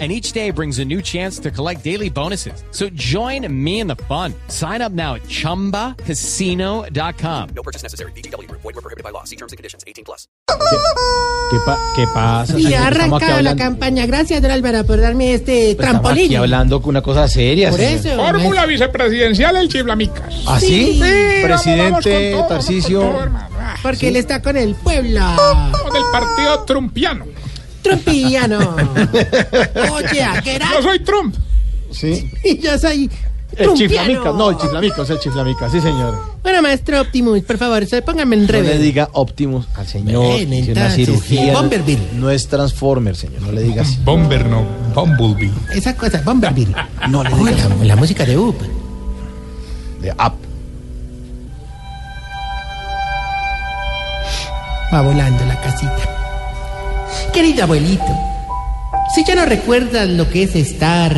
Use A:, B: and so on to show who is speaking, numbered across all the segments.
A: and each day brings a new chance to collect daily bonuses. So join me in the fun. Sign up now at ChumbaCasino.com.
B: No purchase necessary. BGW. Void were prohibited by law. See terms and conditions. 18 plus.
C: ¿Qué, pa- qué pasa?
D: Y ha
C: Estamos aquí
D: arrancado la
C: hablando-
D: campaña. Gracias, Don Álvaro, por darme este
C: pues, estamos
D: trampolín.
C: Aquí hablando con una cosa seria.
D: Por
C: señor.
D: eso.
E: Fórmula vicepresidencial el Chiblamicas.
C: ¿Ah, sí?
D: Sí,
C: Presidente
E: Tarcicio
C: Tarcisio.
D: Porque él está con el pueblo.
E: Ah, Del
C: Ah.
E: partido trumpiano.
D: Trumpiano. Oye,
E: Yo
D: Agueral.
E: soy Trump.
C: Sí.
D: Y yo soy.
C: El
D: trumpiano.
C: chiflamica. No, el chiflamica, o sea, el chiflamica. Sí, señor.
D: Bueno, maestro Optimus, por favor, se- póngame en
C: No le
D: revés.
C: diga Optimus al señor.
D: Ven,
C: Tiene una
D: entonces,
C: cirugía.
D: Bomberville.
C: No es Transformer, señor. No le diga así.
E: Bomber no. Bumblebee.
D: Esa cosa, Bomberville.
C: No le
D: Oh,
C: diga
D: la, la música de UP.
C: de app.
D: Va volando la casita. Querido abuelito, si ya no recuerdas lo que es estar.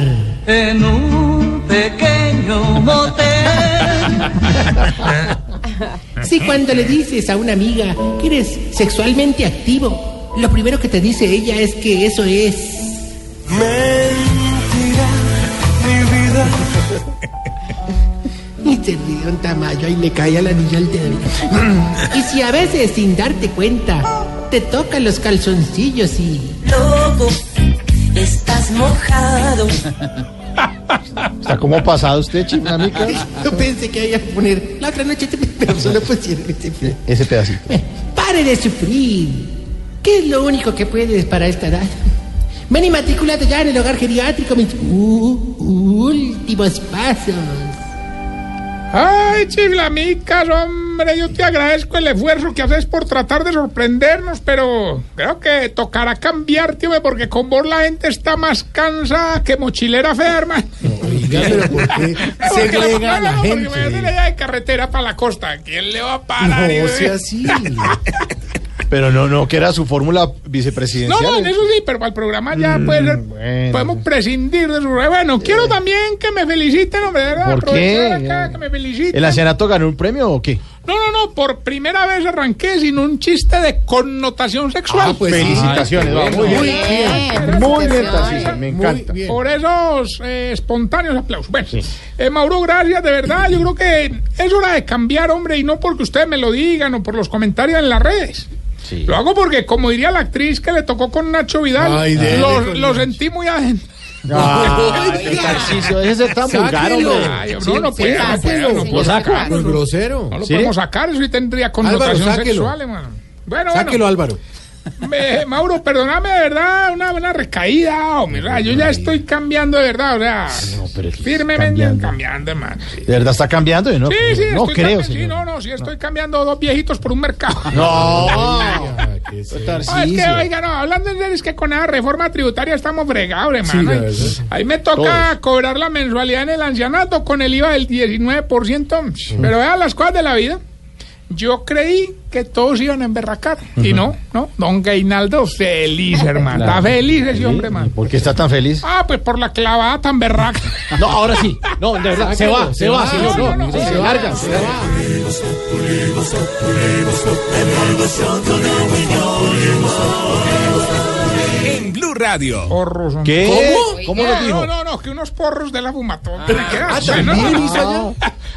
F: en un pequeño motel.
D: Si cuando le dices a una amiga que eres sexualmente activo, lo primero que te dice ella es que eso es.
F: Mentira, mi vida.
D: Y se ríe un tamaño y le cae al anillo al dedo. Y si a veces sin darte cuenta, te tocan los calzoncillos y.
G: Loco, estás mojado.
C: ¿Está como pasado usted, chiflamica?
D: Yo pensé que iba a poner la otra noche, pero solo pusieron este pie.
C: Ese pedacito.
D: Pare de sufrir. ¿Qué es lo único que puedes para esta edad? Ven y matricúlate ya en el hogar geriátrico, mis u- últimos pasos.
E: Ay, Chiblamicas, hombre, yo te agradezco el esfuerzo que haces por tratar de sorprendernos, pero creo que tocará cambiarte, hombre, porque con vos la gente está más cansada que mochilera ferma. Porque la- no, no, porque me hacen la idea de carretera para la costa. ¿Quién le va a parar? y-
C: así. Pero no, no, que era su fórmula
E: No,
C: vicepresidencial.
E: no, en eso sí, pero para el programa ya puede ser-
C: Mm, bueno.
E: podemos prescindir de su... Bueno, quiero también que me feliciten, hombre, de verdad,
C: ¿Por qué?
E: aprovechar acá, que me feliciten.
C: ¿El ancianato ganó un premio o qué?
E: No, no, no, por primera vez arranqué sin un chiste de connotación sexual.
C: pues
E: Ah,
C: Felicitaciones, va, muy bien. Ah, Muy bien, Tarcisio, me encanta.
E: Por esos eh, espontáneos aplausos. Bueno, eh, Mauro, gracias, de verdad. Yo creo que es hora de cambiar, hombre, y no porque ustedes me lo digan o por los comentarios en las redes. Lo hago porque, como diría la actriz que le tocó con Nacho Vidal,
C: Ay, dele
E: lo,
C: con
E: lo sentí muy adentro.
C: Ah, el Tarcisio, ese está vulgar,
D: Sáquelo.
C: hombre.
E: Ay, no, no puede, no puede, no puede sacar. No
H: grosero.
E: lo
C: ¿Sí?
E: podemos sacar, eso sí tendría
H: Álvaro,
E: connotación
H: sáquelo.
E: sexual, hermano. Bueno,
H: Sáquelo,
E: bueno.
H: Álvaro.
E: Eh, Mauro, perdóname de verdad, una buena recaída, hombre. o sea, Yo ya estoy cambiando de verdad, o sea,
C: pero es que
E: firmemente
C: cambiando.
E: cambiando, hermano. Sí,
C: De verdad está cambiando, y ¿no?
E: sí, sí,
C: no
E: estoy
C: creo,
E: cambiando, sí, no,
C: señor.
E: no, sí, estoy cambiando dos viejitos por un mercado.
C: No,
H: ¿Qué es
E: No, es
C: Tarcisio.
E: que, oiga, no, hablando en serio, es que con la reforma tributaria estamos fregados,
H: la
E: hermano.
H: verdad, sí.
E: Ahí me toca cobrar la mensualidad en el ancianato con el IVA del 19%. Pero vean las cosas de la vida. Yo creí que todos iban a emberracar. Y no, no. Don Gainaldo, feliz, hermano. Está feliz ese hombre, hermano.
C: ¿Por qué está tan feliz?
E: Ah, pues por la clavada tan berraca.
C: No, ahora sí. No, de
H: Ah,
C: verdad. Se va, se va, señor. No,
E: no, no,
C: se
E: no.
C: larga, se va.
I: En Blue Radio.
E: Porros. hombre.
C: ¿Qué? ¿Cómo lo
E: Eh, No,
C: dijo?
E: no, no, que unos porros de la fumatón.
C: Ah.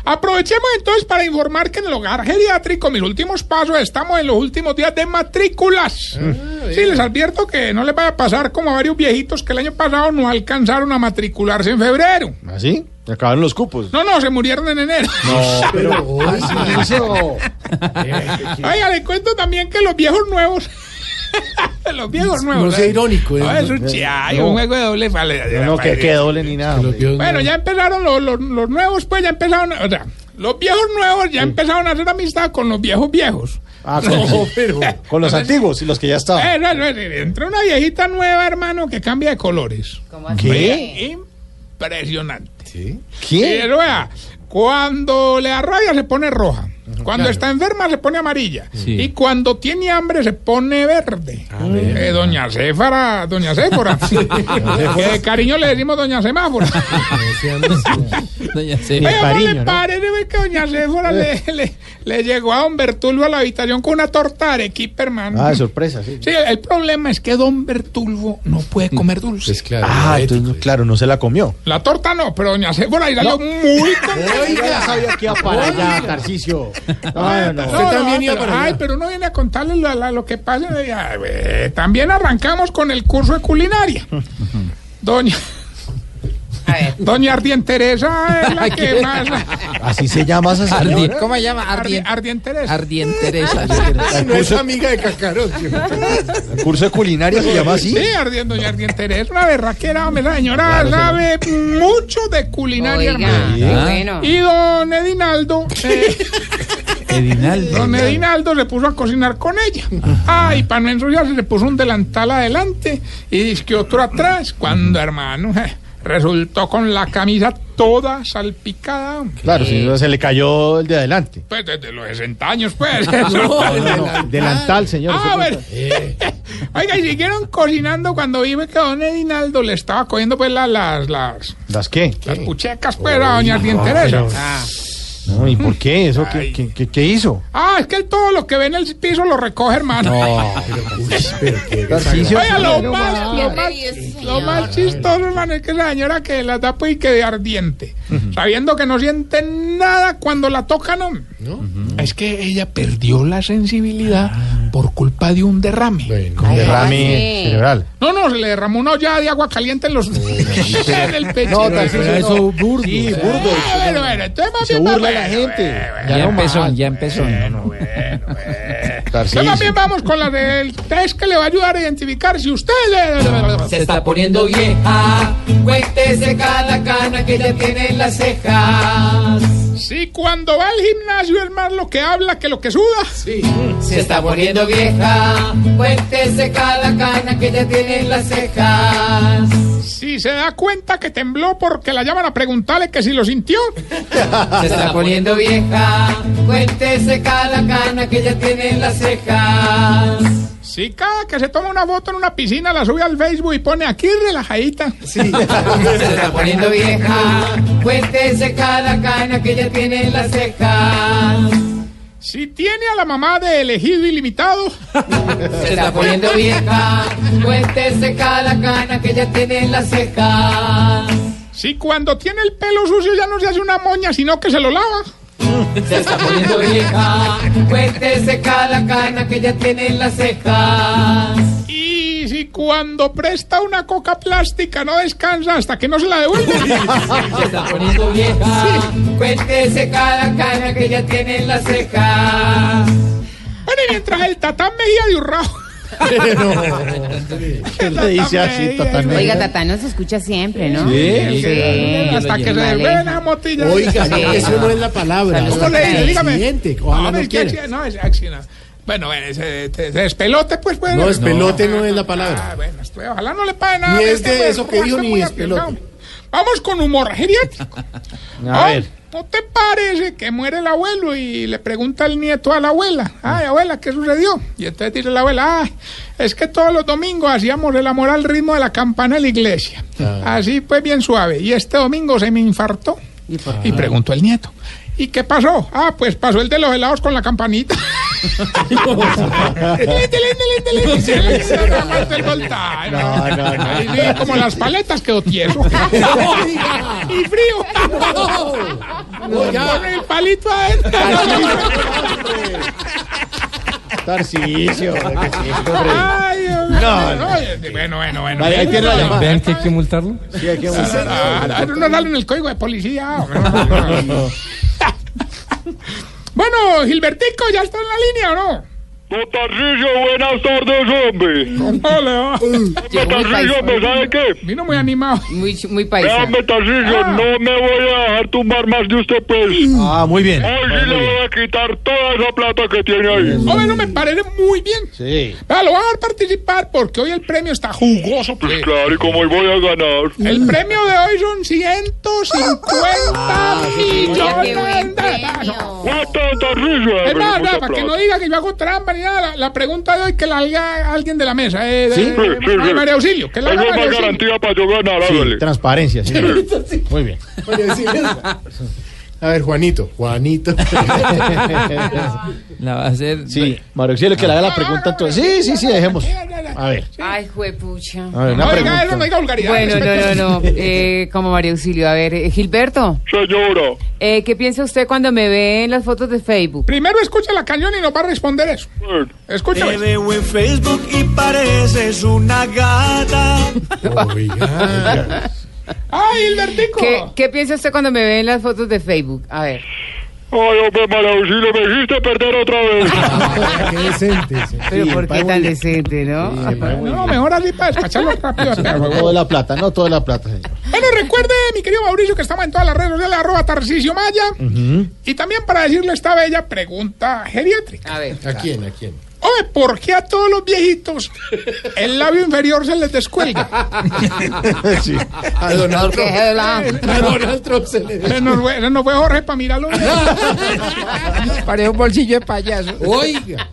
E: Aprovechemos entonces para informar que en el hogar geriátrico, mis últimos pasos, estamos en los últimos días de matrículas.
C: Ah,
E: Sí, les advierto que no les vaya a pasar como a varios viejitos que el año pasado no alcanzaron a matricularse en febrero.
C: ¿Así? ¿Ah, Se acabaron los cupos.
E: No, no, se murieron en enero.
C: pero Tarcisio.
E: Oiga, le cuento también que los viejos nuevos. los viejos nuevos.
H: No sea
E: ¿eh?
H: irónico, eh.
E: No, es un chiay, un juego de doble fale-
C: No, no, que, que doble ni nada.
H: Los
C: hombre.
H: dios
E: Bueno,
H: no-
E: ya empezaron los, los- los nuevos, pues ya empezaron. O sea, los viejos nuevos ya empezaron a hacer amistad con los viejos viejos.
C: Ah, con,
H: No, pero.
C: con los antiguos y los que ya estaban.
E: Eh, no, no, entra una viejita nueva, hermano, que cambia de colores.
C: ¿Qué?
E: Impresionante.
C: ¿Qué?
E: Pero vea, cuando le da rabia se pone roja. Cuando está enferma se pone amarilla. Y cuando tiene hambre se pone verde. Eh, doña Céfara, doña Céfora. Que de cariño le decimos doña Semáfora.
H: Doña
E: Oye,
H: Celia.
E: ¿cómo
C: cariño,
E: le
C: ¿no?
E: parece, ve, que doña Céfora le, le- le llegó a don Bertulfo a la habitación con una torta arequipa, hermano.
C: Ah, de sorpresa, sí.
E: Sí, el problema es que don Bertulfo no puede comer dulce.
H: Pues claro.
C: Ah, entonces, no, claro, no se la comió.
E: La torta no, pero doña Céfora ahí salió muy contenta.
C: Ya sabía que iba para allá, Tarcicio. No, no, no.
E: Ah, No, no, pero- Ay, pero no viene a contarles lo, la- lo que pasa. Ay, güey, También arrancamos con el curso de culinaria. Doña. Doña Ardienteresa es la que más.
C: Así se llama esa
H: Ardi-
C: señora.
H: ¿Cómo se llama?
E: Ardi-
H: Ardiente.
E: Ardienteresa.
H: Ardienteresa.
C: No es amiga de Cacarón. El curso de culinaria se llama así.
E: Sí, ardiendo doña Ardienteresa. Una berraquera, hombre. La señora sabe mucho de culinaria, hermano.
J: bueno.
E: Y don Edinaldo. eh,
H: Edinaldo.
E: Don Edinaldo se puso a cocinar con ella. Ay, para no enrollarse, le puso un delantal adelante y dice que otro atrás. Cuando, hermano, eh, resultó con la camisa toda salpicada. hombre.
C: Claro, si no, se le cayó el de adelante. Ah,
E: Pues desde los 60 años, pues.
C: No, no, Delantal, señor.
E: Ah, bueno. Oiga, y siguieron cocinando cuando vi que don Edinaldo le estaba cogiendo pues la- las, las,
C: ¿Las qué? Oh,
E: las puchecas, pues, a doña Ardienteresa. Ah.
C: No, ¿Y por qué? ¿Eso
E: Ay.
C: qué, qué- qué- qué hizo?
E: Ah, es que él todo lo que ve en el piso lo recoge, hermano.
C: Tarcicio.
E: Oiga, lo
C: no,
E: más,
C: no,
E: lo más, lo más chistoso, hermano, es que la señora que la da pues y que de ardiente, sabiendo que no siente nada cuando la tocan, ¿no? Es que ella perdió la sensibilidad por culpa de un derrame.
C: Ah. Con derrame
J: sí.
C: cerebral.
E: No, no, se le derramó una olla de agua caliente en los en el pecho.
C: No, Tarcicio,
H: eso
C: no.
H: burdo.
C: Sí, burdo.
E: Ah, bueno, bueno, entonces más
C: Se
E: bien
C: burla
E: vamos-
C: la gente.
E: bueno,
H: Ya
C: no más.
H: empezó, ya empezó.
E: bueno, bueno.
C: Tarcicio.
E: Entonces más bien vamos con la del test que le va a ayudar a identificar si usted...
C: Ah.
H: Se está poniendo vieja. Cuéntese cada cana que ya tiene en las cejas.
E: Sí, cuando va al gimnasio es más lo que habla que lo que suda.
H: Se está poniendo vieja. Cuéntese cada cana que ya tiene en las cejas.
E: Si se da cuenta que tembló porque la llaman a preguntarle que si lo sintió.
H: Se está poniendo vieja. Cuéntese cada cana que ya tiene en las cejas.
E: Si cada que se toma una foto en una piscina la sube al Facebook y pone aquí relajadita.
H: Se está poniendo vieja. Cuéntese cada cana que ya tiene en las cejas.
E: Si tiene a la mamá de elegido ilimitado.
H: Se está poniendo vieja. Cuéntese cada cana que ya tiene en las cejas.
E: Si cuando tiene el pelo sucio ya no se hace una moña, sino que se lo lava.
H: Se está poniendo vieja. Cuéntese cada cana que ya tiene en las cejas.
E: Y si cuando presta una coca plástica no descansa hasta que no se la devuelve.
H: Se está poniendo vieja. Cuéntese cada cana que ya tiene en las cejas.
E: Bueno, y mientras el tatán Mejía de Urrao.
C: ¿Qué le dice así, Tatán?
J: Oiga, Tatán nos escucha siempre, ¿no?
C: Sí,
J: Sí.
E: Hasta que se
J: Vale.
E: devuelve la motilla.
J: eso no es la palabra.
E: ¿Cómo le dice? Dígame.
D: ojalá
E: no,
D: no
E: es que
D: quiera.
E: acciona- no, es acciona. Bueno, bueno, es, eh, te- te despelote, pues, pues. No,
D: pelote no es la
E: Ah, bueno, estoy- ojalá no le pague nada.
D: Ni
E: de
D: es de
E: pues,
D: eso que
E: porque
D: dijo,
E: estoy
D: ni
E: muy
D: es pelote.
E: aplicado. Vamos con humor geriátrico.
C: A
E: Ay,
C: ver.
E: ¿No te parece que muere el abuelo y le pregunta el nieto a la abuela? Ay, abuela, ¿qué sucedió? Y entonces dice la abuela, ay, es que todos los domingos hacíamos el amor al ritmo de la campana de la iglesia.
D: Ah.
E: Así pues bien suave. Y este domingo se me infartó. Y preguntó el nieto. ¿Y qué pasó? Ah, pues pasó el de los helados con la campanita. Tele, tele, tele, tele. Se le hizo la vuelta el voltaje, ¿no?
C: No, no, no.
E: Ahí sí, como las paletas quedó tieso. y frío. Con el palito adentro.
C: Tarcicio. que sí, hombre.
E: Ay, Dios mío. No, Bueno, bueno, bueno.
C: Vale, Ah, ahí tiene la llamada.
H: Vean que hay que multarlo.
C: Sí, hay que buscar.
E: Ah, ah, No sale en el código de policía. hombre. Bueno, Gilbertico, ¿ya está en la línea o no?
K: Don Tarcicio, buenas tardes, hombre.
E: ¿Cómo le va?
K: Don Tarcicio, ¿me sabe qué?
E: Vino muy animado.
H: Muy, muy paisa.
K: Déjame, Tarcicio,
E: Ah.
K: no me voy a dejar tumbar más de usted, pues.
C: Ah, muy bien.
K: Hoy sí le voy a quitar toda esa plata que tiene ahí.
E: Hombre, no me parece muy bien.
C: Sí.
E: Ah, lo voy a dejar participar porque hoy el premio está jugoso. pues.
K: Pues claro, ¿y cómo voy a ganar?
E: El premio de hoy son 150
K: Ah,
J: Oiga, qué buen
E: millones de
J: premio.
K: ¿Cuánto, Tarcicio?
E: Es más,
K: Mucha
E: nada, para que
K: plata.
E: no diga que yo hago trampa ni nada, la, la pregunta de hoy que la haga alguien de la mesa. Eh, de-
C: Sí,
E: de-
K: Sí, sí,
E: María-
K: sí.
E: María Auxilio, que la
K: Eso
E: haga
K: es
E: María
K: más
E: Auxilio.
K: garantía para yo ganar, hágale.
C: Transparencia, sí. Muy bien.
J: A ver, Juanito. Juanito.
L: La va a hacer.
C: Sí, Mario Auxilio, que le haga la pregunta entonces. Sí, sí, sí, dejemos. A ver,
J: Ay, juepucha.
C: a ver,
E: No
C: una
E: diga eso, no diga
C: pregunta.
E: vulgaridad.
J: Bueno, no, no, no. Eh, como María Auxilio. A ver, eh, Gilberto,
K: Señora,
J: eh, ¿qué piensa usted cuando me ve en las fotos de Facebook?
E: Primero escucha la cañón y nos va a responder eso.
K: eh,
E: Escucha.
F: Te veo en Facebook y pareces una gata.
E: ¡Ay, Hilbertico!
J: ¿Qué, ¿Qué piensa usted cuando me ve en las fotos de Facebook? A ver.
K: ay, hombre, María Auxilio, me hiciste perder otra vez.
C: Qué decente. sí.
J: Pero
C: Sí,
J: ¿por
C: el
J: qué
C: pago
J: tan
C: de-
J: decente, no?
E: No, mejor así para despacharlo rápido.
C: Todo de la plata, no todo de la plata, señor.
E: Bueno, recuerde, mi querido Mauricio, que estamos en todas las redes sociales, arroba Tarcisio Maya. Y también para decirle esta bella pregunta geriátrica.
J: A ver.
C: ¿A quién? ¿A quién?
E: Oye, ¿por qué a todos los viejitos el labio inferior se les descuelga?
C: Sí.
J: A Donald Trump.
E: Se Pues nos fue, se nos fue Jorge para mirarlo.
H: Parece un bolsillo de payaso.
J: Oiga.